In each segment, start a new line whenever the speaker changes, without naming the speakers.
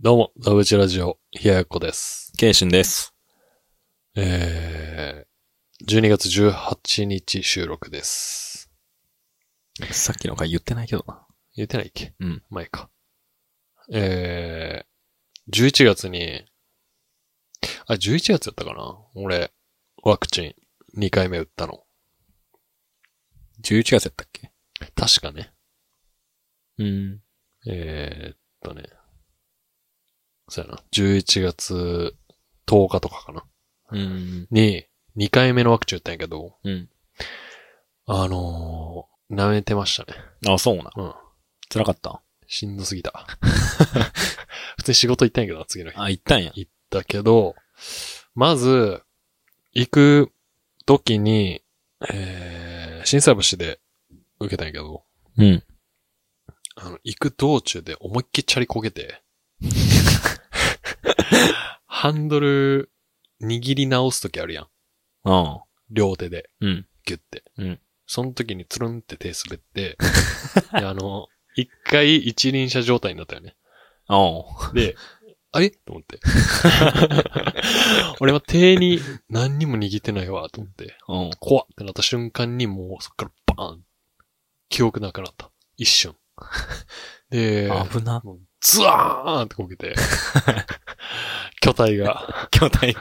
どうも、ザブチラジオ、ひややっこです。
ケイシンです。
えー、12月18日収録です。
さっきの回言ってないけどな。
言ってないっけ
うん。
前か。えー、11月に、あ、11月やったかな俺、ワクチン2回目打ったの。
11月やったっけ
確かね。
うん。
えー、っとね。そうやな。11月10日とかかな。
うん。
に、2回目のワクチン打ったんやけど、
うん。
あのー、舐めてましたね。
あ、そうな。
うん。
辛かった
しんどすぎた。 普通に仕事行ったんやけどな、次の日。
あ、行ったんや。
だけど、まず、行く時に、えー、震災橋で受けたんやけど、
うん。
あの、行く道中で思いっきりチャリこげて、ハンドル握り直す時あるやん。
ああ。
両手で、
うん。
ギュって。
うん
その時につるんって手滑って、であの、一回一輪車状態になったよね。
ああ。
で、あれと思って。 俺は手に何にも握ってないわ、と思って。
うん。
怖っってなった瞬間にもうそっからバーン記憶なくなった。一瞬。で、
危な。
もうズワーンってこけ て。巨体が、
巨体が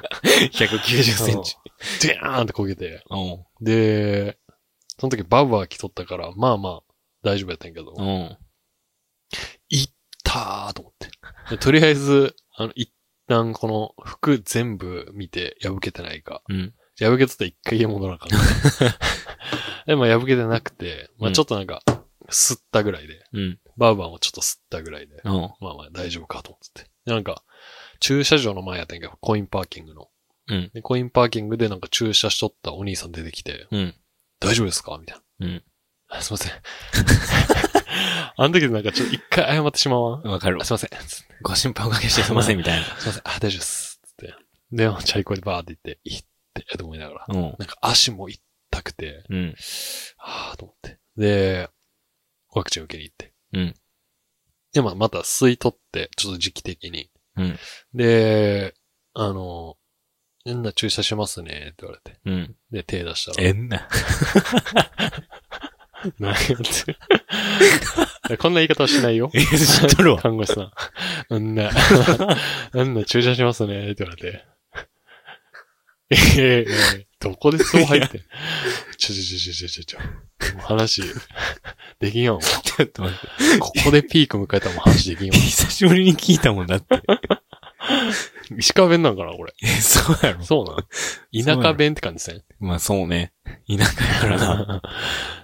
190センチ。
ジャーンってこけて。
うん。
で、その時バブは来とったから、まあまあ、大丈夫やったんやけど。
うん。
いったーと思ってで。とりあえず、あの、一旦この服全部見て破けてないか。
うん。
破けとったら一回家戻らなあ かった。で、まあ破けてなくて、まあちょっとなんか、吸ったぐらいで、
うん。
バーバンをちょっと吸ったぐらいで、
うん。
まあまあ大丈夫かと思ってて。でなんか、駐車場の前やったんやけど、コインパーキングの。
うん
で、コインパーキングでなんか駐車しとったお兄さん出てきて、
うん。
大丈夫ですかみたいな。
うん
あ。すいません。 あの時なんかちょっと一回謝ってしまわん。
わかる
あ。すいません。つって
ご心配おかけしてすいません、みたいな。
すいません。あ、大丈夫です。つって。で、チャリコでバーって行って、行って、と思いながら。
うん。
なんか足も痛くて、
うん。
はぁと思って。で、ワクチン受けに行って。
うん。
で、まあ、また吸い取って、ちょっと時期的に。
うん。
で、あの、みんな注射しますね、って言われて。
うん。
で、手出したら。
えんな。
なんやって。こんな言い方はしないよ。
え、知っとるわ。
看護師さん。うんな、うんな注射しますね、って言われて。ええどこでそう入ってんちょちょちょちょちょちょちょ。もう話、できんよ。
ちょっと待っ て。
ここでピーク迎えたらもう話できんよ。
久しぶりに聞いたもんだって。
石川弁なんかな、これ。
え、 そうやろ。
そうなん。田舎弁って感じですね。
まあそうね。田舎やからな。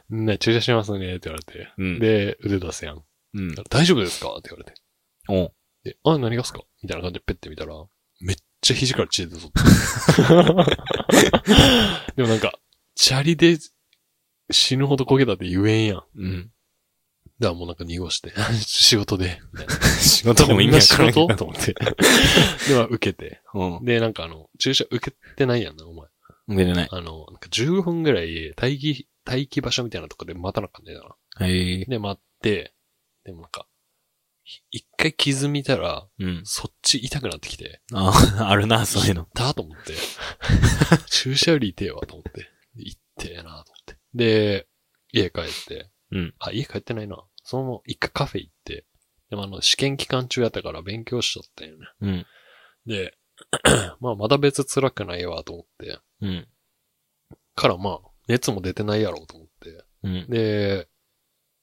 うんな注射しますね、って言われて。
うん。
で、腕出すやん。
うん。
大丈夫ですかって言われて。
おう
で、あ、何がっすかみたいな感じでペッて見たら、めっちゃ肘から血出とった。 でもなんか、チャリで死ぬほど焦げたって言えんやん。だか
うん。
らもうなんか濁して、 仕事で。みたいな
仕事でも意味わからんけ
どん
ど
な仕事と思って。で、まあ受けて。
うん。
で、なんかあの、注射受けてないやんな、お前。
出れない。
あの、なんか15分ぐらい待機、待機場所みたいなとこで待たなかったんだな。
へえ。
で、待って、でもなんか、ひ一回傷見たら、
うん。
そっち痛くなってきて。
あ、 あるな、そういうの。
だと思っ て。注射より痛えわと思って。痛えなと思って。で、家帰って。
うん。
あ、家帰ってないな。そのまま一回カフェ行って。でもあの、試験期間中やったから勉強しちゃったんよね。
うん。
で、 まあまだ別辛くないわと思って。
うん。
からまあ、熱も出てないやろうと思って。
うん。
で、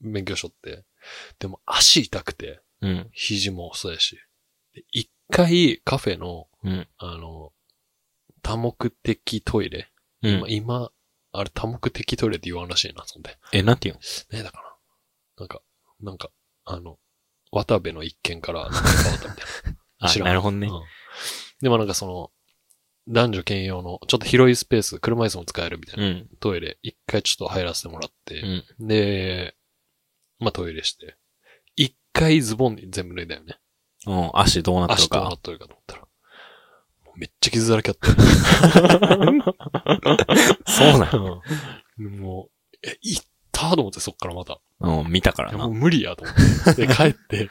勉強しとって。でも足痛くて、
うん。
肘もそうやし。で一回カフェの、
うん。
あの、多目的トイレ。
う
まあ。
ん
今、あれ多目的トイレって言わんらしいな、そんで。
え、なんていう
ねえ、だから。なんか、なんか、あの、渡部の一件からなんか変わったみたい
の
知らん
なるほどね。
な。。うんでもなんかその、男女兼用の、ちょっと広いスペース、車椅子も使えるみたいうなんトイレ、一回ちょっと入らせてもらっ
う
て、
ん。
で、まあトイレして、一回ズボンに全部脱いだよね。
うん。足どうなったの
足とな
か。
っとるかと思ったら。もうめっちゃ傷だらけだったよ
そうなの。
うんもう、え、行ったと思って、そっからまた。
うん、見たから
いやも
な
う。無理やと思 って。で、帰って、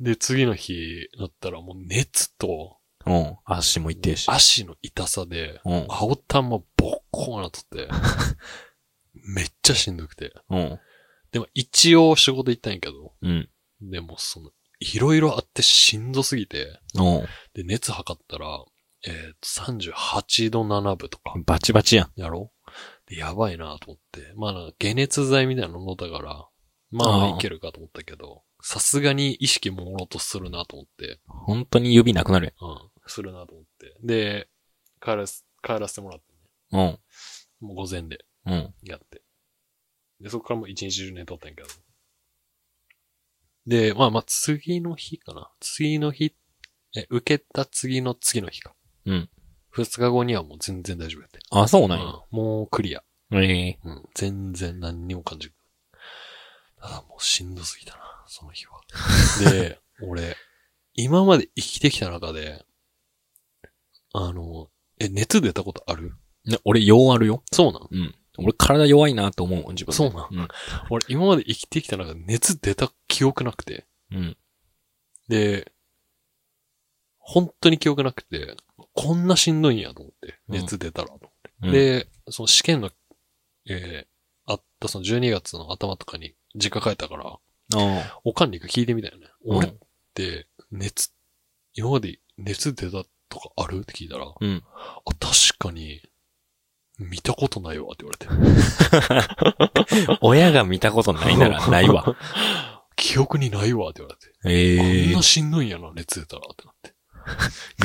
で、次の日だったらもう熱と
うん、足も痛いし。
足の痛さで、
うん、
青たんもボッコーなっと って、めっちゃしんどくて。
うん、
でも一応仕事行ったんやけど、
うん、
でもその、いろいろあってしんどすぎて、
う
で、熱測ったら、えーと、38度7分とか、
ん。バチバチやん。
やろでやばいなと思って。まあなんか、解熱剤みたいなの飲んだから、まあま
あ
あ
あ
いけるかと思ったけど、さすがに意識もろうとするなと思って、
本当に指なくなる
うん、するなと思って。で、帰らす、帰らせてもらってね。
やん。
もう午前で
うん、うん、
やって。で、そこからもう一日中寝とったんやけど。で、まあまあ次の日かな。次の日、え、受けた次の次の日か。
うん。
二日後にはもう全然大丈夫やって。
あ、そうなんや。
うんもうクリア。
ええ
うん、全然何にも感じる。ただもうしんどすぎたな、その 日は。で、俺、今まで生きてきた中で、あの、え、熱出たことある
ね俺、弱あるよ。
そうなん
うん。俺、体弱いなと思う、自分。
そうなん、
うん
俺、今まで生きてきた中で熱出た記憶なくて。
うん。
で、本当に記憶なくて、こんなしんどいんやと思って、
うん
熱出たらと思って。
うん、
で、その試験の、えー、あったその12月の頭とかに実家帰ったから、
うん、
おかんにが聞いてみたよね。
うん
俺って、熱、今まで熱出たとかあるって聞いたら、
うん
あ、確かに、見たことないわって言われて。
親が見たことないなら、ないわ。
記憶にないわって言われて。
ええ
こんなしんどいんやな、熱出たらってなって。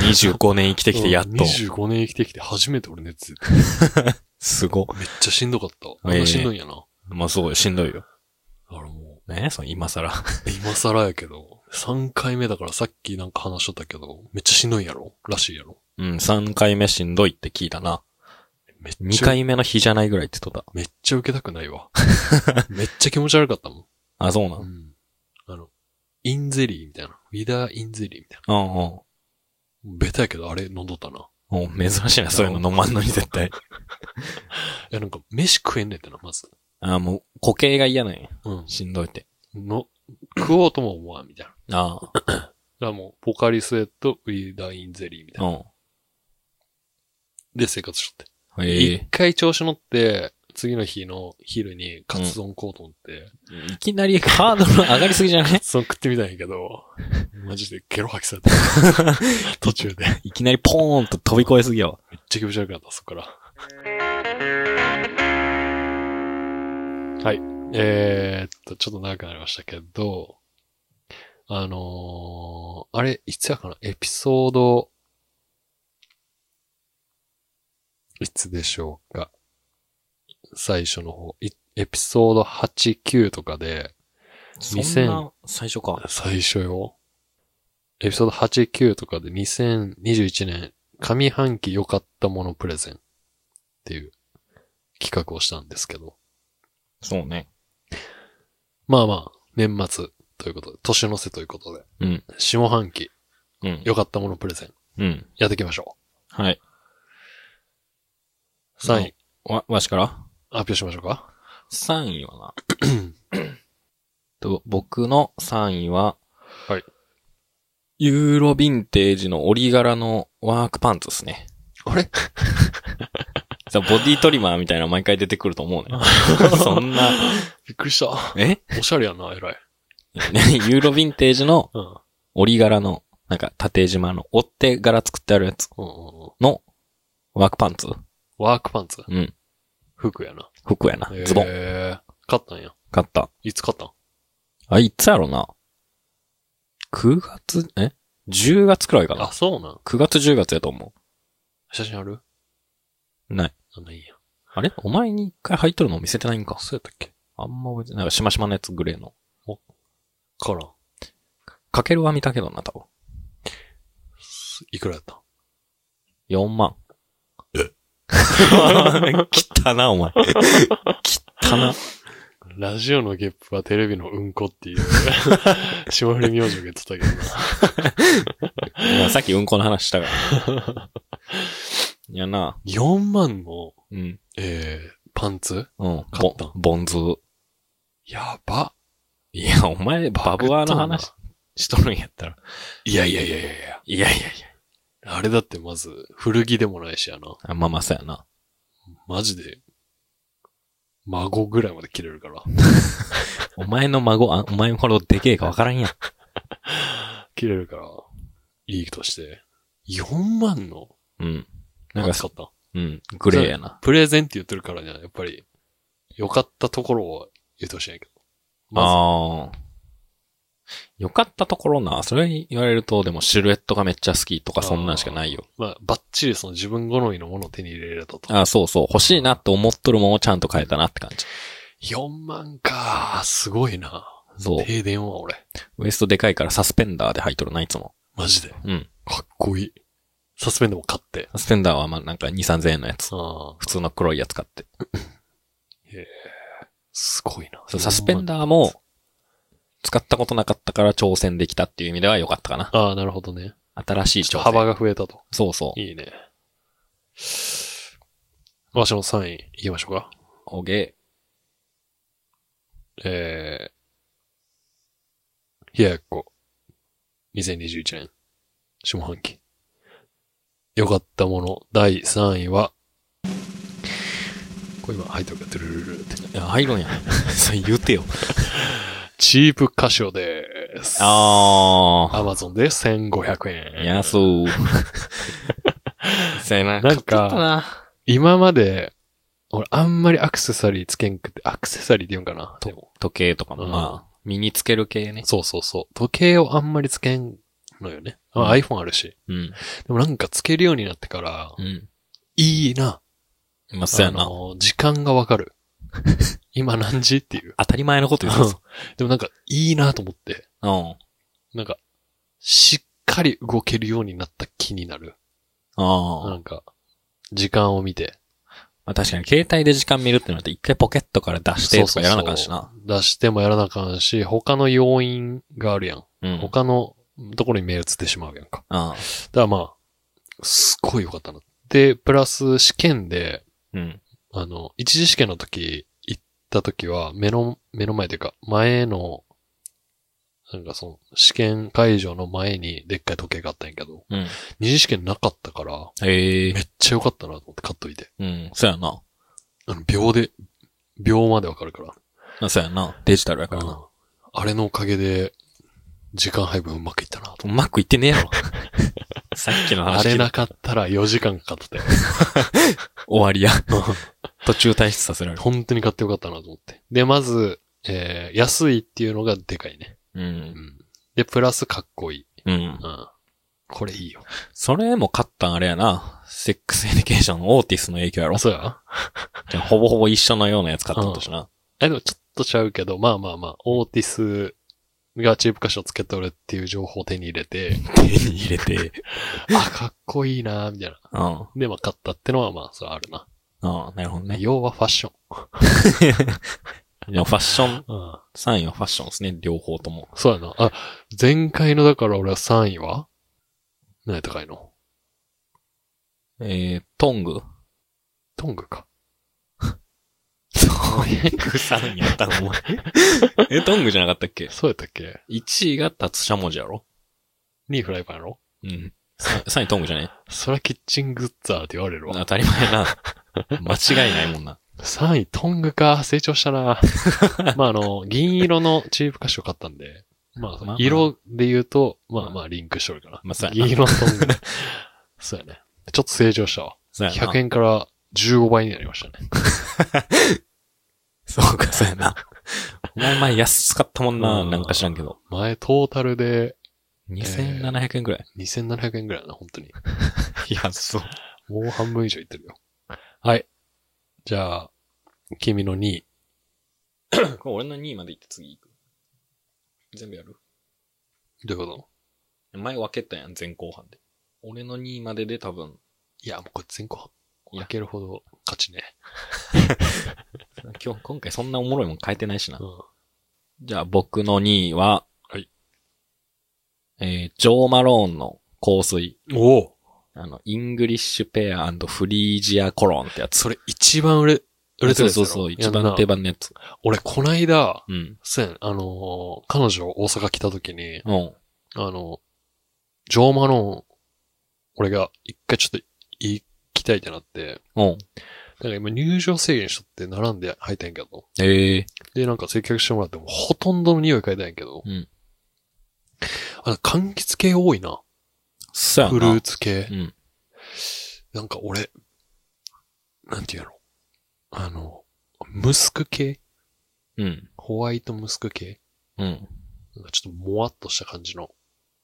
25年生きてきてやっ
うん
と。
25年生きてきて初めて俺熱出た。
すご。
めっちゃしんどかった。こ
え
ん
え
なしんどいんやな。
まあ、そうよ、しんどいよ。
だからも
ねその今更。
う、今更やけど、3回目だからさっきなんか話しとったけど、めっちゃしんどいんやろらしいやろ
うん、3回目しんどいって聞いたな。
めっちゃ
2回目の日じゃないぐらいって言っとった。
めっちゃ受けたくない わ。めっちゃ気持ち悪かったもん。
あ、そうなん。
ん。あの、インゼリーみたいな。ウィダーインゼリーみたい
うん
な。ベタやけど、あれ飲んどったな。
うん。うん、珍しいな、そういうの飲まんのに絶対。
いや、なんか、飯食えんねんってな、まず。
あ、もう、固形が嫌なんや。
うん。
しんどいって。
の、食おうとも思わん、みたいな。だか
あ
らもう、ポカリスエット、ウィダーインゼリーみた
あ、
いうな。
ん。
で、生活しとって。
え
一、
え
回調子乗って、次の日の昼にカツ丼食おうと思って、
いきなりハードル上がりすぎじゃな
カ
い
ツ丼食ってみたんやけど、マジでゲロ吐きされた。途中で。
いきなりポーンと飛び越えすぎやわ。
めっちゃ気持ち悪くなった、そっから。はい。えー、っと、ちょっと長くなりましたけど、あのー、あれ、いつやかなエピソード、いつでしょうか最初の方、いエピソード8、9とかで、
そん
2000
な、最初か。
最初よ。エピソード8、9とかで2021年上半期良かったものプレゼンっていう企画をしたんですけど。
そうね。
まあまあ、年末ということで、年の瀬ということで、
うん。
下半期
うん。
良かったものプレゼン
うん。
やっていきましょ
はい。
う。3位、
わ、わしから
発表しましょうか。
3位はな。 と僕の3位は、
はい。
ユーロヴィンテージの折り柄のワークパンツですね。
あれ
さボディトリマーみたいな毎回出てくると思うね。 そんな、
びっくりした。
え
おしゃれやな、偉い。
ユーロヴィンテージの
うん。うん
折り柄の、なんか縦縞の折って柄作ってあるやつ
うんうん。
のワークパンツ
ワークパンツ。
うん。
服やな。
服やな。ズボン。
えー、買ったんや。
買った。
いつ買ったん
あ、いつやろな。9月、え ?10 月くらいかな
あ、。そうなん。
9月10月やと思
写真ある
う。ない。
あ、ないんや。
あれお前に一回入っとるの見せてないんか
そうやったっけ
あんま覚えてない。なんかしましまのやつグレーの。
からん。
かけるは見たけどな、多分。
いくらやった
4万。 きったな、お前。きったな。
ラジオのゲップはテレビのうんこっ ていう、霜降り明星が言ってたけどな。
まあさっきうんこの話したから。いやな。
4万の、
うん。
えー、パンツ
うん。
買った
ボンボンズ。
やば。
いや、お前、バブアーの話しとるんやったら。
いやいやいやいやいや。
いやいやいや。
あれだってまず、古着でもないしやな。
あまあまあ、そうやな。
マジで、孫ぐらいまで切れるから。
お前の孫、あお前の頃でけえかわからんやん。
切れるから、いいとして。4万の
うん。なんか
安、かった。
うん。グレーやな。
プレゼンって言ってるからには、やっぱり、良かったところを言ってほしいんやけど。ま
ああ。よかったところな。それ言われると、でもシルエットがめっちゃ好きとか、そんなんしかないよ。
ず、まあ、ばっちりその自分好みのものを手に入れられたと。
ああ、そうそう。欲しいなって思っとるもんをちゃんと変えたなって感じ。
4万か、すごいな。
そう。
停電は俺。
ウエストでかいからサスペンダーで履いとるな、いつも。
マジで。
うん。
かっこいい。サスペンドも買って。
サスペンダーはまあなんか2、3000円のやつ。
ああ、
普通の黒いやつ買って。
すごいな。
そうサスペンダーも、使ったことなかったから挑戦できたっていう意味では良かったかな。
ああ、なるほどね。
新しい
ちょ
挑
っと
戦。
幅が増えたと。
そうそう。
いいね。わしの3位、いきましょうか。
おげ。
えー、冷ややっこ。2021年、下半期。良かったもの、第3位は、これ今、入ってるか、ドゥルルルルって。
いや、入るん や。そう言うてよ。
チープ歌唱です。
あ
アマゾンで1500
ー。
円。
いや、 そう。そうやな。
なんか
買っとったな
今まで、俺あんまりアクセサリーつけんくて、アクセサリーって言うんかなでも
時計とかも、
うん
まあ、身につける系ね。
そうそうそう。時計をあんまりつけんのよね。まあ
うん
iPhone あるし。
うん。
でもなんかつけるようになってから、
うん。
いいな。
まあ、そう
あ
やな。
の時間がわかる。 今何時っていう。
当たり前のこと言うぞ。
でもなんかいいなと思って、
うん。
なんか、しっかり動けるようになった気になる。
あー
なんか、時間を見て。
まあ確かに、携帯で時間見るってのって、一回ポケットから出してとかやらなあかんし
そう
な。
そうそう。出してもやらなあかんし、他の要因があるやん。
うん。
他のところに目移ってしまうやんか。
あ
だからまあ、すっごい良かったな。で、プラス試験で、
ーうん。
あの、一次試験の時、行った時は、目の、目の前というか、前の、なんかその、試験会場の前にでっかい時計があったんやけど、
うん。
二次試験なかったから、
ええ
め。っちゃ良かったなと思って買っといて。
うん。そうやな。
あの、秒で、秒までわかるから。
まあそうやな。デジタルやからな。
あれのおかげで、時間配分うまくいったなと。
うまくいってねえやろ。 さっきの
あ
話。
れなかったら4時間かか ってたよ。
終わりや。途中退出させられる。
本当に買ってよかったなと思って。で、まず、えー、安いっていうのがでかいね。
う。
うんん。で、プラスかっこいい。
うん。
うん。これいいよ。
それも勝ったんあれやな。セックスエディケーションのオーティスの影響やろ
あ、。そうや。
じゃあほぼほぼ一緒のようなやつ買ったとしな。
え、でもちょっとちゃうけど、まあまあまあ、オーティスがチープ箇所つけとるっていう情報を手に入れ て、
手に入れて。
あ、かっこいいなみたいな。
うん。うん。
で、まあ、買ったってのはまあ、それはあるな。
なるほどね。
要はファッション。
でもファッション、
うん。
3位はファッションですね。両方とも。
そうやな。あ、前回のだから俺は3位は何や高いの
えー、トング。
トングか。
そういう3位やったのお前。 え、トングじゃなかったっけ
そうやったっけ
?1 位が達者文字やろ
?2 位フライパンやろ
うん。3位トングじゃね
そりゃキッチングッザーって言われるわ。
当たり前やな。間違いないもんな。
3位トングか。成長した な。まあ、あの、銀色のチープ箇所買ったんで、ま
まあま
あ
あ、
色で言うと、まあまあ、リンクしとるかな。
まあそうやな
銀色のトングね。 そうやね。ちょっと成長したわ。
そうやな。
100円から15倍になりましたね。
そうか、そうやな。お前前安かったもんな、
うん
なんか知らんけど。
前、トータルで
2700円くらい。
2700円ぐらいだな、本当に。
安そう。
もう半分以上いってるよ。はい。じゃあ、君の2位。
これ俺の2位まで行って次行く。全部やる
どういうこと
前分けたやん、前後半で。俺の2位までで多分、
いや、もうこれ全個
いや
開けるほど勝ちね。
今日、今回そんなおもろいもん変えてないしな
う。ん。
じゃあ僕の2位は、
はい。
えー、ジョー・マローンの香水。
おお
あの、イングリッシュペアフリージアコロンってやつ。
それ一番俺、売れてる
そう
やつ
そ
や
う
ろ
そう。
やん
一
な
番定番のやつ。
俺、こないだ、
うん。
せん、あのー彼女大阪来た時に、
うん。
あの、ジョーマローン、俺が一回ちょっと行きたいってなって、
うん。
だから今入場制限しとって並んで入ったんやけど、
ええ
で、なんか接客してもらってもほとんどの匂い嗅いだんやけど、
うん
あ、柑橘系多いな。
そうや
フ
な。
ルーツ系。
うん。
なんか俺、なんていうのあの、ムスク系
うん。
ホワイトムスク系
うん。
なんかちょっともわっとした感じの、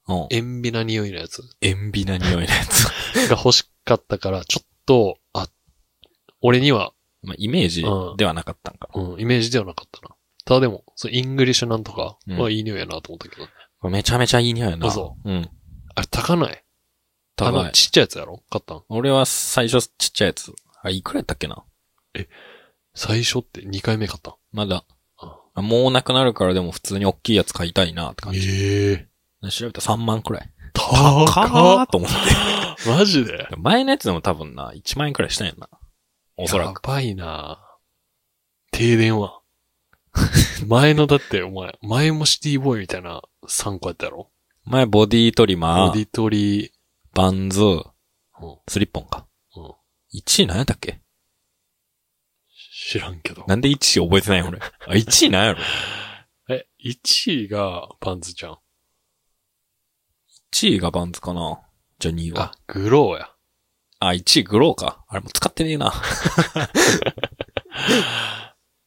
うん。
塩ビな匂いのやつ。
塩ビな匂いのやつ。
が欲しかったから、ちょっと、あ、俺には、
まあ、イメージではなかったんか。
うん、イメージではなかったな。ただでも、そのイングリッシュなんとか
うん
はいい匂いやなと思ったけど、
これめちゃめちゃいい匂いやな。。
あそう
うん。
あれ、高ないあ
高
の、
い。
ちっちゃいやつやろ買ったん
俺は最初ちっちゃいやつ。あ、いくらやったっけな
最初って2回目買ったん
まだ
あ。
あもうなくなるからでも普通に大きいやつ買いたいなって感じ。
ええ
調べたら3万くらい。
ー。高
ー
っ
と思っ
マジで
て。前のやつでも多分な、1万円くらいしたんやんな。おそらく。
やばいな停電 は。前のだって、お前、前もシティボーイみたいな3個やったやろ
前ボディトリマ
ボデ
ー、
ィトリー、
バンズ、
うん、
スリッポンか。
うん
1位何やったっけ
知らんけど。
なんで1位覚えてない俺。あ、1位何やろ
え、1位がパンツじゃん。
?1 位がバンズかなじゃあ2位は
あ。、グローや。
あ、1位グローか。あれもう使ってねえな。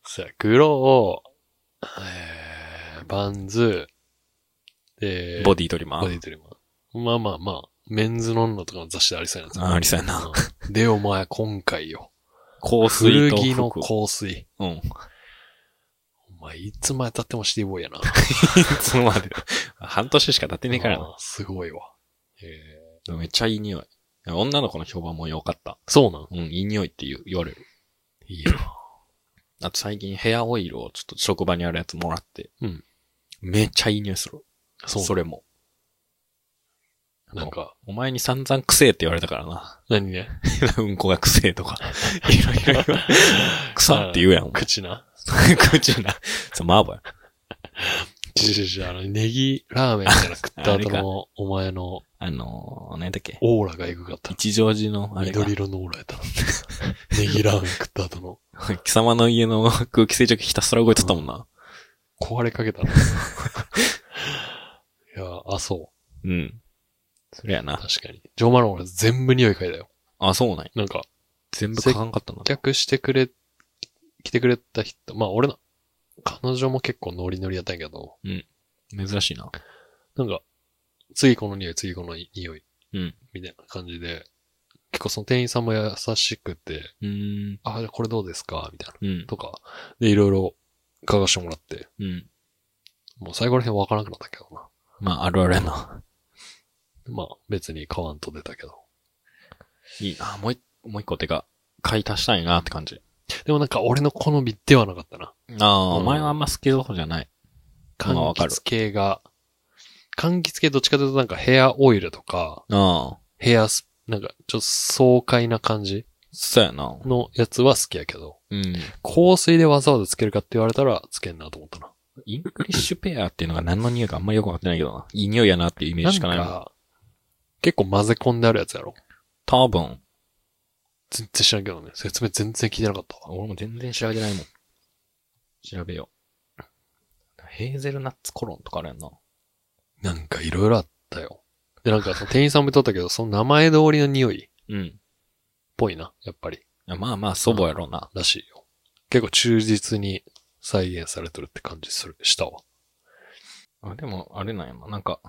そうや、グロー、えー、バンズ、で、
ボ
デ
ディトリマ
ボデ
ー。
ィトリマー。まあまあまあ、メンズノンノとかの雑誌でありそうやなやつ。
あありそうやな。
うんで、お前、今回よ。
香水
古
と
着の
服。
香水。
うん。い
お前、いつまで経ってもシティボーイやな。
つまで。半年しか経ってねえからな。
あーすごいわ。えー
でもめっちゃいい匂い。女の子の評判も良かった。
そうなん
うん、いい匂いって言う言われる。
いいな。
あと最近ヘアオイルをちょっと職場にあるやつもらって。
うん。
めっちゃいい匂いする。
そう
それも。
なんか、
お前に散々くせえって言われたからな。
何ね。
うんこがくせえとか。い ろいろ言われ。くさって言うやん。
口な。
口な。そう、マーボーや。
じじじ、あの、ネギラーメンみたいな食った
あれ
後
か
の、お前の
あのー、何だっけ。
オーラがエグかった。
一乗寺の、あれが
緑、色のオーラやったな。ネギラーメン食った後の、
貴様の家の空気清浄機ひたすら動いてたもんな。
壊れか けたな。いや、あ、そ
うん。そりゃ
う。
な。
確かに。ジョーマロン俺全部匂い嗅いだよ。
あ、そうなんや。
なんか、
全部書かんかったな
お。客してくれ、来てくれた人、まあ俺の、彼女も結構ノリノリやったんやけど、
珍しいな。
なんか、次この匂い、次この匂い、
うん。
みたいな感じで、結構その店員さんも優しくて、
うーん。
あ、じゃあこれどうですかみたいな。
うん。
とか、で、いろいろ、書かしてもらって、
うん。
もう最後ら辺わからなくなったけどな。
まあ、あるあるやな。
まあ、別に買わんと出たけど。
いいな。もう一、もう一個てか、買い足したいなって感じ。
でもなんか俺の好みではなかったな。
ああ、
うん
お前はあんま好きどころじゃない。ま
柑
あわかる
橘系が、柑橘系どっちかというとなんかヘアオイルとか、
ああ、
ヘアス、なんかちょっと爽快な感じ
そうやな。
のやつは好きやけど、
うん。
香水でわざわざつけるかって言われたらつけんなと思ったな。
イングリッシュペアっていうのが何の匂いかあんまりよくわかってないけどな。いい匂いやなっていうイメー
な
ジ
ん
しかないな。
か、結構混ぜ込んであるやつやろ。
多分。
全然知らんけどね。説明全然聞いてなかったわ。
俺も全然調べてないもん。調べよう。ヘーゼルナッツコロンとかあるやんな。
なんかいろいろあったよ。で、なんかその店員さんも言っとったけど、その名前通りの匂いっ
うん。
ぽいな、やっぱり。
まあまあ、祖母やろうな。
らしいよ。結構忠実に再現されてるって感じする、したわ。
あ、でも、あれなんやな。なんか、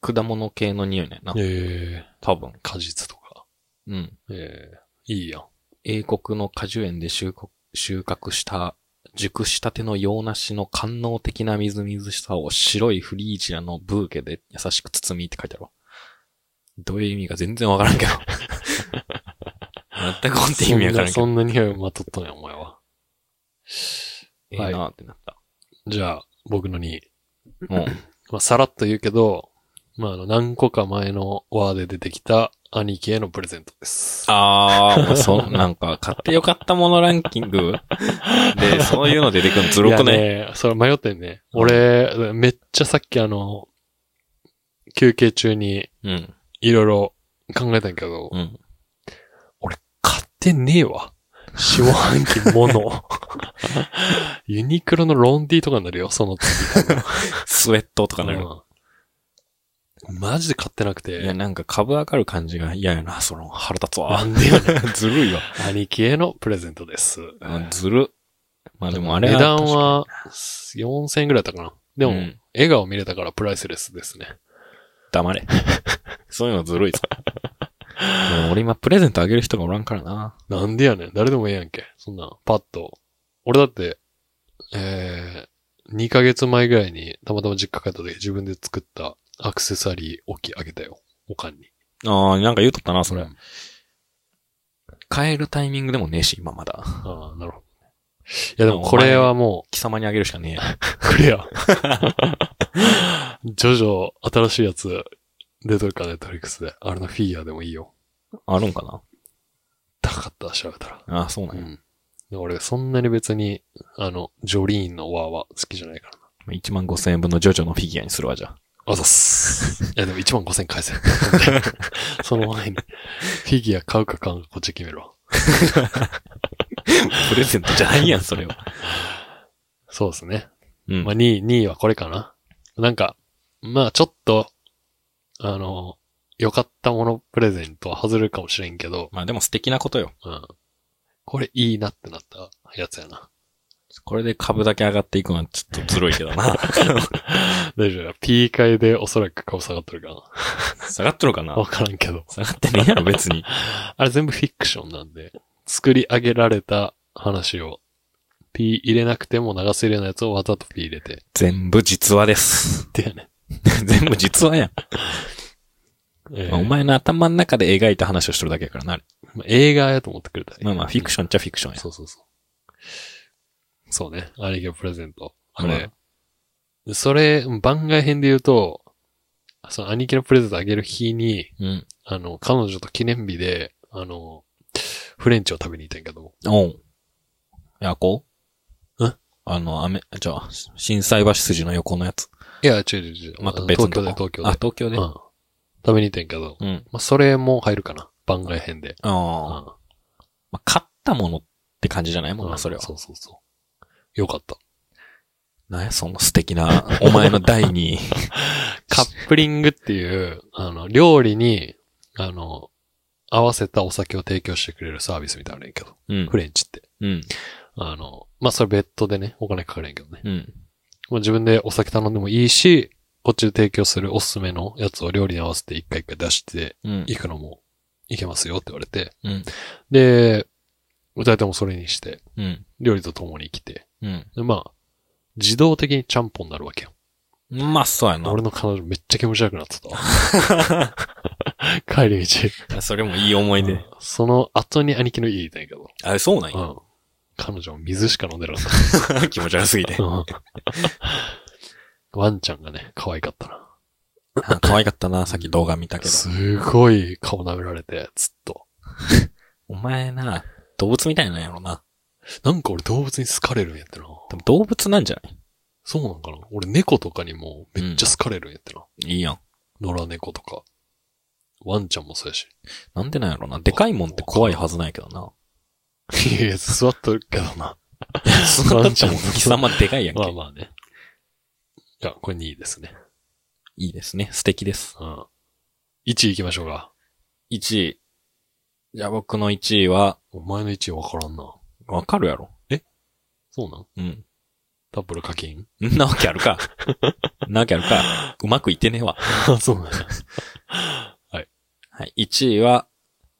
果物系の匂いなんやな。
ええ
多分。
果実とか。
うん。
ええいいやん。
英国の果樹園で収穫収穫した、熟したての洋梨の官能的なみずみずしさを白いフリージアのブーケで優しく包みって書いてあるわ。どういう意味か全然わからん けど。全くほんと意味わからんけ
そ
ど。
んなそんな匂いをまとっとね、お前は。
ええなーってなった。
じゃあ、僕の2位。
もう、
まあ、さらっと言うけど、まあ、あの、何個か前のワーで出てきた兄貴へのプレゼントです。
あー、もうそ、なんか、買ってよかったものランキングで、そういうの出てくるのずるく
い
ね。
やね。それ迷ってんね。俺、めっちゃさっきあの、休憩中に
うん。
いろいろ考えたんやけど、
うん。
買ってねえわ。下半期も の。ユニクロのロンディとかになるよ、その次と
スウェットとか
か
な
な
る。
マジで買ってなく
いや、
て。
なんか株上がる感じが嫌やな、その、腹立つ
な
わ。
んでよね。
ずるいわ。
兄貴へのプレゼントです。
うんずる。まあでもあれ
値段、は4000円ぐらいだったかな。でも、
うん
笑顔見れたからプライスレスですね。
黙れ。 そういうのずるいぞ。 でも俺今プレゼントあげる人がおらんからな。
なんでやねん。誰でもええやんけ。そんなん、パッと。俺だって、えー、2ヶ月前ぐらいにたまたま実家帰った時自分で作ったアクセサリー置きあげたよ。おかんに。
ああ、なんか言うとったな、それ
う。ん
変えるタイミングでもねえし、今まだ。
ああ、なるほどね。いやでもこれはも
貴様にあげるしかねえや。
う、これや。 ジョジョ、新しいやつ出とるか、ネットフリックスで。あれのフィギュアでもいいよ。
あるんかな
高かった、調べたら。
ああ、そうなん
う
や。
ん。で俺、そんなに別に、あの、ジョリーンのワーは好きじゃないからな。
まあ1万5千円分のジョジョのフィギュアにするわ、じゃあ。
あざっす。 いや、でも1万5000返せ。その前に、フィギュア買うか買うかこっち決めるわ。
プレゼントじゃないやん、それは。
そうですね。
うん
まあ、。2位、2位はこれかな。なんか、まあ、ちょっと、あの、良かったものプレゼントは外れるかもしれんけど、
まあでも素敵なことよ。
うん。これいいなってなったやつやな。
これで株だけ上がっていくのはちょっとずるいけどな。
大丈夫だ。P 会でおそらく顔下がってるか
下がっとるかな
な。わからんけど。
下がってねえやろ、別に。
あれ全部フィクションなんで、作り上げられた話を、P 入れなくても流せるようなやつをわざと P 入れて。
全部実話です。
でやね。
全部実話やん。
えー
まあお前の頭の中で描いた話をしてるだけやからな。あれ
まあ映画やと思ってくれたらいい
まあまあ、フィクションっちゃフィクションや。
そうそうそう。そうね。あれがプレゼント。あ
ま
れ。それ、番外編で言うと、その兄貴のプレゼントあげる日に、
うん。
あの、彼女と記念日で、あの、フレンチを食べに行ったんやけど、
おう。やこう
え
あの、あめ、じゃあ、震災橋筋の横のやつ。
いや、違う違う違う。
また別のとこ
東京で、東京で。
あ、東京で。
うん。食べに行ったんやけど、
うん。
まあ、それも入るかな。番外編で。うん
ああ。まあ、買ったものって感じじゃないもん
う
な、
ん
それは。
そうそうそう。よかった。
なんや、その素敵な、お前の第 二位。
カップリングっていう、あの、料理に、あの、合わせたお酒を提供してくれるサービスみたいなのやねんけど、
うん
フ。レンチって。
うん。
あの、まあ、それ別途でね、お金かかるんやけどね。
うん。
もう自分でお酒頼んでもいいし、こっちで提供するおすすめのやつを料理に合わせて一回一回出して
うん。
いくのもいけますよって言われて、
うん。
で、歌い手もそれにして、
うん。
料理と共に来て、
うん。
で、まあ、自動的にちゃんぽんになるわけよ。
うまそうや
俺の彼女めっちゃ気持ち悪くなってたわ。 帰り道。
な。それもいい思い出。
その後に兄貴の家行ったんやけど。
あ、そうなん
う
や。
ん。彼女も水しか飲んでなかっ
気持ち悪すぎて
た。う。んワンちゃんがね、可愛かったな。
あ可愛かったな、さっき動画見たけど。
すごい顔舐められて、ずっと。
お前な、動物みたいなんやろな。
なんか俺動物に好かれるんやってな。
でも動物なんじゃない
そうなんかな俺猫とかにもめっちゃ好かれるんやってな。
いいやん。
野良猫とか。ワンちゃんもそうやし。
なんでなんやろな。でかいもんって怖いはずないけどな。
いやいや、座っとるけどな。
そんなったもん、
ワンちゃん
貴様でかいやんけ。
まあまあね。いや、これ2位ですね。
いいですね。素敵です。
うん。1位行きましょうか。
1位。じゃあ僕の1位は、
お前の1位わからんな。
わかるやろ。
そうなん
うん。
タップル課金
んなわけある か。んなわけあるか。うまくいってねえわ。
あ、そうなんや。
はい。1位は、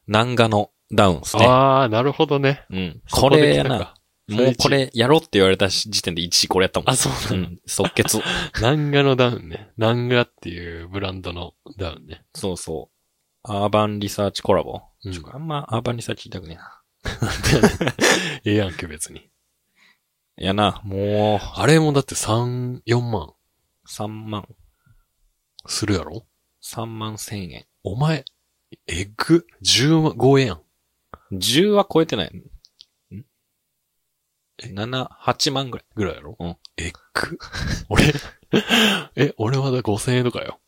南賀のダウンですね。
あー、なるほどね。
うん。
そ
これ
で来
や
たか
な。。もうこれやろって言われた時点で1位これやったもん。
あ、そう
う
なんだ。
ん。即決。
南ガのダウンね。南ガっていうブランドのダウンね。
そうそう。アーバンリサーチコラボ。
うん
ちょあんまアーバンリサーチ言いたくねえな。
ええやんけ、別に。
いやな、もう、
あれもだって3、4万
3万。
するやろ
3万1000円。
お前、エッグ15円やん。
10は超えてない。ん
え
?7、8万ぐらい。
ぐらいやろ
うん。
エッグ俺、 え、俺まだ5000円とかよ。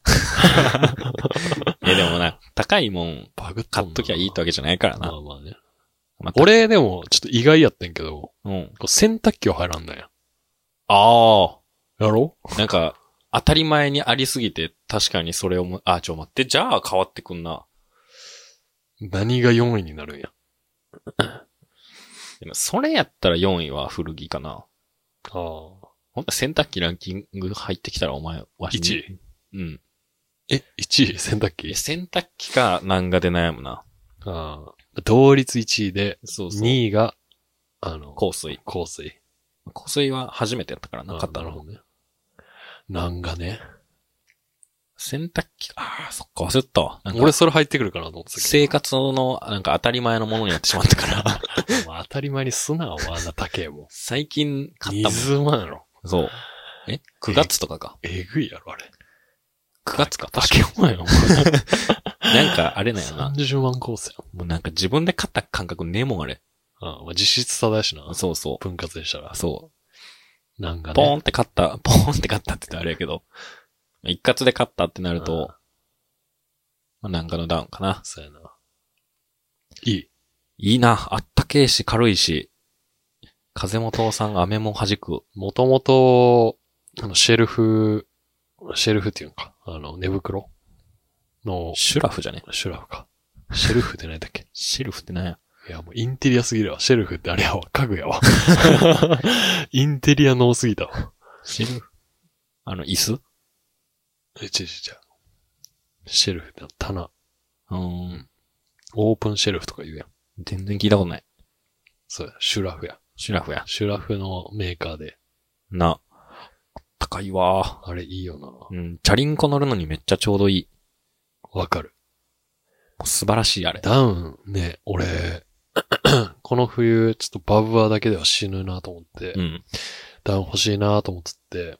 え、でもな、高いもん
バグっ
買っときゃいいってわけじゃないから
な。ま
な。
あまあね。
また、
俺でも、ちょっと意外やってんけど、
うん。
こう洗濯機は入らんだよ。
あ
やろ
あ。なんか、当たり前にありすぎて、確かにそれをも、あ、ちょ、待って、じゃあ変わってくんな。
何が4位になるんや。
でもそれやったら4位は古着かな。
ああ。
ほんと洗濯機ランキング入ってきたらお前、わしに。
1位。
うん。
え、1位洗濯
い
機
や洗濯機か、漫画で悩むな。
ああ。同率1位で、
そうそう。
2位が、あの、
香水。
香水。
香水は初めてやったからな
ああ
かった
なる
の
ほ。どね。なんかね。
洗濯機、ああ、そっか、忘れてたわ。なんか
俺それ入ってくるかなと思ってたけ
生活の、なんか当たり前のものになってしまった か
ど。
ら。。
まあ当たり前に素直はあんな高えもん
最近買ったも
20万やろ。
ん。そう。え ?9 月とかか。
えぐいやろ、あれ。
9月か。
高えもんやろ。
なんかあれなんやな。
30万コースや
もうなんか自分で買った感覚ねえもん、あれ。
ん。ああまあ、実質差だしな。
そうそ
分割にしたら
う。。そ
なんかね。
う。ポーンって買った、ポーンって買ったって言ったらあれやけど。一括で買ったってなると、まあ、なんかのダウンかな。
そうやな。いい。
いいな。あったけえし、軽いし。風も倒産、雨も弾く。
もともと、あの、シェルフ、シェルフっていうのか、あの、寝袋の、
シュラフじゃね
シュラフか。シェルフって何だっけ
シェルフってなんや。
いや、もうインテリアすぎるわ。シェルフってあれやわ。家具や わ。インテリアの多すぎたわ。
シェルフあの、椅子
え、違う違う違う。シェルフって棚。
うん。
オープンシェルフとか言うやん。
全然聞いたことない。
そうや、シュラフや。
シュラフや。
シュラフのメーカーで。
な。高いわ。
あれいいよな。
うん。チャリンコ乗るのにめっちゃちょうどいい。
わかる。
もう素晴らしい、あれ。
ダウンね、俺、 この冬、ちょっとバブアーだけでは死ぬなと思って、
うん。
ダウン欲しいなと思ってて、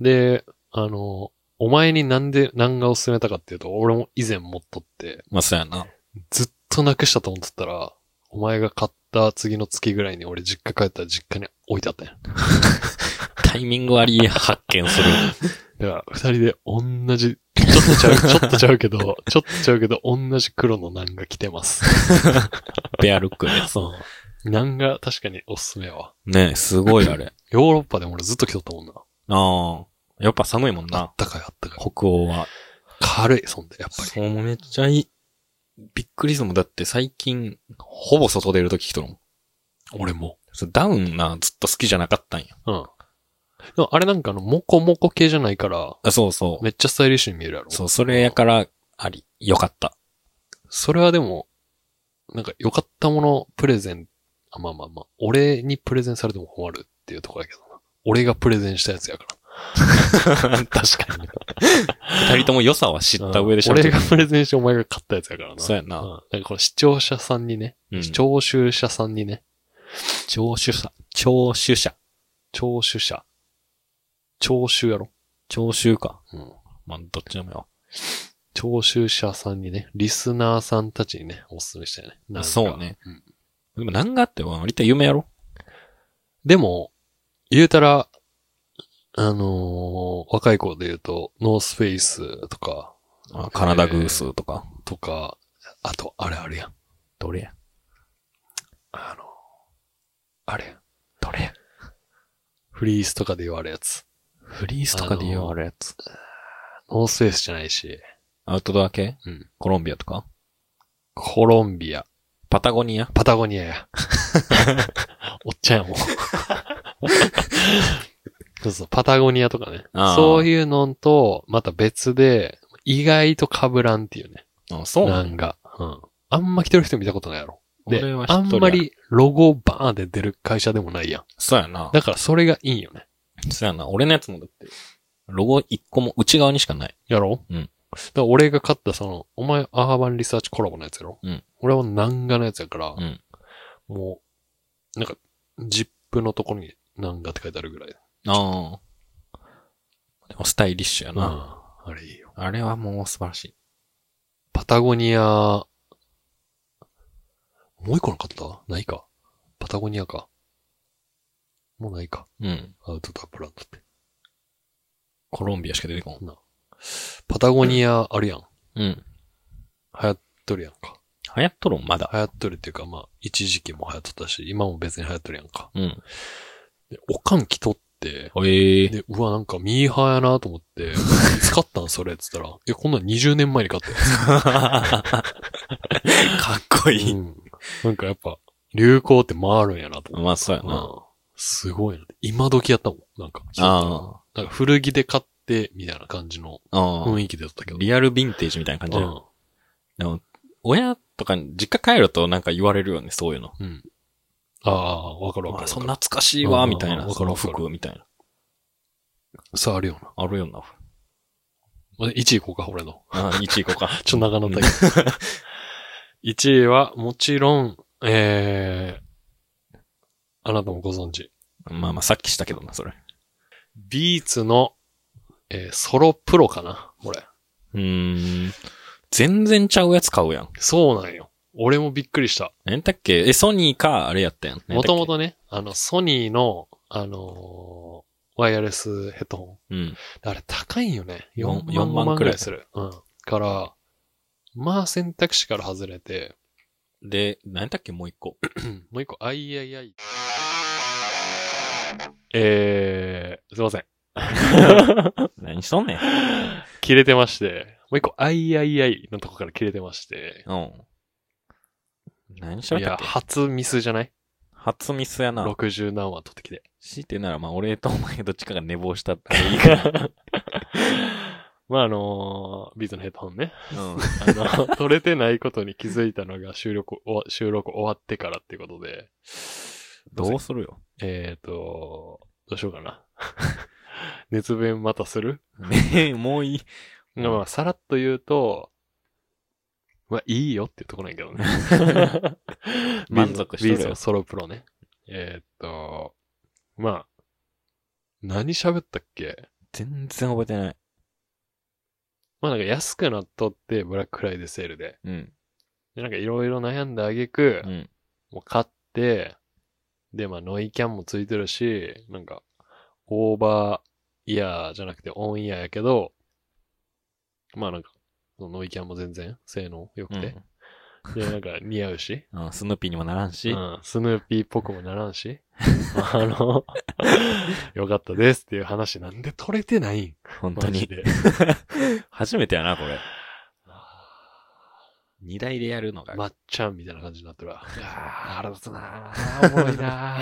で、あの、お前になんで、何がおすすめたかっていうと、俺も以前持っとって、
まあ、そうやな。
ずっとなくしたと思ってたら、お前が買った次の月ぐらいに俺実家帰ったら実家に置いてあったんや。
タイミング割り発見 する。
だから、二人で同じ、ちょっとちゃう、 ちょっとちゃうけど、ちょっとちゃうけど、同じ黒のナンが着てます。
ベアルックね。
そう。ナンが確かにおすすめやわ。
ねえすごい、あれ。
ヨーロッパでも俺ずっと着とったもんな。
ああ。やっぱ寒いもん
あ
な
っ。たかいあったかい。
北欧は。
軽い、そんで、やっぱり。
そう、めっちゃいい。びっくりするもんだって最近、ほぼ外出るとき着とるもん。
俺も。
そうダウンな、ずっと好きじゃなかったんや。
うん。でもあれなんかあの、モコモコ系じゃないから、
あそうそう。
めっちゃスタイリッシュに見えるやろ。
そう、それやから、あり。よかった。
それはでも、なんか良かったものプレゼン、あ、まあまあまあ、俺にプレゼンされても困るっていうところだけどな。俺がプレゼンしたやつやから。
確かに。二人とも良さは知った上でしょ。
俺がプレゼンしてお前が買ったやつやからな。
そうや
うん。
な。
なんかこの視聴者さんにね、
うん
聴取者さんにね、
聴取者。聴取者。
聴取者。聴取やろ。
聴取か。
うん。
まあ、どっちでもよ。
聴取者さんにね、リスナーさんたちにね、おすすめしたよね。なんか
そうね。
うん
でも、なんがあっても、割と有名やろ
でも、言うたら、あのー若い子で言うと、ノースフェイスとか、
あカナダグースとか。
とか、あと、あれあれやん。
どれや
あの、あれやん。
どれや
フリースとかで言われるやつ。
フリースとかで言われるやつ。
ノースフェイスじゃないし、
アウトドア系
うん
コロンビアとか
コロンビア、
パタゴニア
パタゴニア や。おっちゃんやもん。そうそう、パタゴニアとかね
あ。ー
そういうのと、また別で、意外と被らんっていうね。
あ、そう
な
なん
んか。うん。あんま来てる人見たことないやろ。で
俺は、一
あ
人
ん
や
まりロゴバーンで出る会社でもないやん。
そうやな。
だからそれがいいよね。
そうやな。俺のやつもだって、ロゴ一個も内側にしかない。
やろ
うん。
だから俺が買ったその、お前アーバンリサーチコラボのやつやろ
うん。
俺は南画のやつやから、
うん。
もう、なんか、ジップのとこに南画って書いてあるぐらい。
ああ。でもスタイリッシュやな。
ああれいいよ。
あれはもう素晴らしい。
パタゴニア、もう一個なかったないか。パタゴニアか。もうないか。
うん。
アウトドアブランドって。
コロンビアしか出てこん。
パタゴニアあるやん。
うん。
流行っとるやんか。
流行っとるんまだ。
流行っとるっていうか、まあ、一時期も流行っとったし、今も別に流行っとるやんか。
うん。
で、おかん着とって、
ええ
で、うわ、なんかミーハーやなと思って、いつ買ったんそれっつったら、え、こんなん20年前に買っ たやつ。
かっこいい。
うんなんかやっぱ、流行って回るんやなと思って。
まあ、そうやな。
うんすごいな。今時やったもん。なんか、
あ
なんか古着で買って、みたいな感じの
あ。ああ
雰囲気でやったけど。
リアルヴィンテージみたいな感じ
う
だ
ん
よ。でも、親とかに、実家帰るとなんか言われるよね、そういうの。
うん。ああ、わかるわかるわか
あ
る。
そんな懐かしいわ、
うん
みたいな。
わか
そ
る
の
わかる
服、みたいな。
さあ、あるよな。
あるよな。
まあ1位行こうか、俺の。
ああ、1位行こうか。
ちょ、長野大会。1位は、もちろん、えー、あなたもご存知。
まあまあ、さっきしたけどな、それ。
ビーツの、えーソロプロかなこれ。
うーん。全然ちゃうやつ買うやん。
そうなんよ。俺もびっくりした。
何やったっけえ、ソニーか、あれやったやん。何や
も
った
と
っけ
も。とね、あの、ソニーの、あのーワイヤレスヘッドホ
うん。
ン。あれ高いんよね。
よん
4, 万
4
5
万
万
く
く
ら
ら
い
いする。うん。から、まあ選択肢から外れて、
で、何やったっけもう一個。
うんもう一個、III。えー、すいません。
何しとんねん。
切れてまして、もう一個、あいあいあいのとこから切れてまして、
うん。何し
い
ゃべった
や、
っけ
初ミスじゃない
初ミスやな。
?60 何話取ってきて。
強いてなら、まあ、俺とお前どっちかが寝坊したっていいから。
まあ、あのービーズのヘッドホンね。
うん。
あの、取れてないことに気づいたのが収録終わ、収録終わってからっていうことで、
どうするよ。
えっ、ー、と、どうしようかな。 熱弁またする
ねえ、もういい。
まあまあ、さらっと言うと、まあ、いいよっていうところなんやけどね。
満足し
ビー
とる
ズ
よ
の。ソロプロね。えーっと、まあ、何喋ったっけ
全然覚えてない。
まあなんか安くなっとって、ブラックフライデーセールで。
うん。
で、なんかいろいろ悩んであげく
う、ん。
もう買って、で、まあノイキャンもついてるし、なんか、オーバーイヤーじゃなくてオンイヤーやけど、まあなんか、そのノイキャンも全然性能良くて。で、なんか似合う し。
うん、スヌーピーにもならんし。
うん、スヌーピーっぽくもならん し、あの、よかったですっていう話なんで取れてないん
本当
マジ
に。
で。
初めてやな、これ。二台でやるのが。
まっちゃんみたいな感じになってるわ。あー腹立つなーおもろいな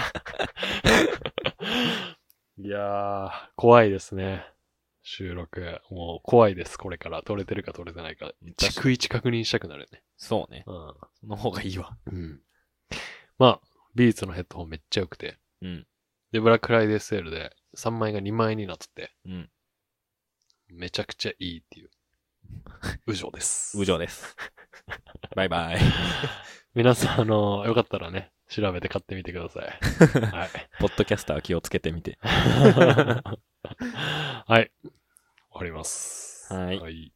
ー いやー、怖いですね。収録。もう怖いです、これから。取れてるか取れてないか。
確か
逐一確認したくなるね。
そうね。
うん。
その方がいいわ。
うん。まあ、ビーツのヘッドホンめっちゃ良くて。
うん。
で、ブラックフライデーセールで3万円が2万円になってて。
うん。
めちゃくちゃいい っていう。うじょうです。
無情 です。バイバイ。
皆さん、あの、よかったらね、調べて買ってみてください。はい。
ポッドキャスターは気をつけてみて。
はい。終わります。
はい
はい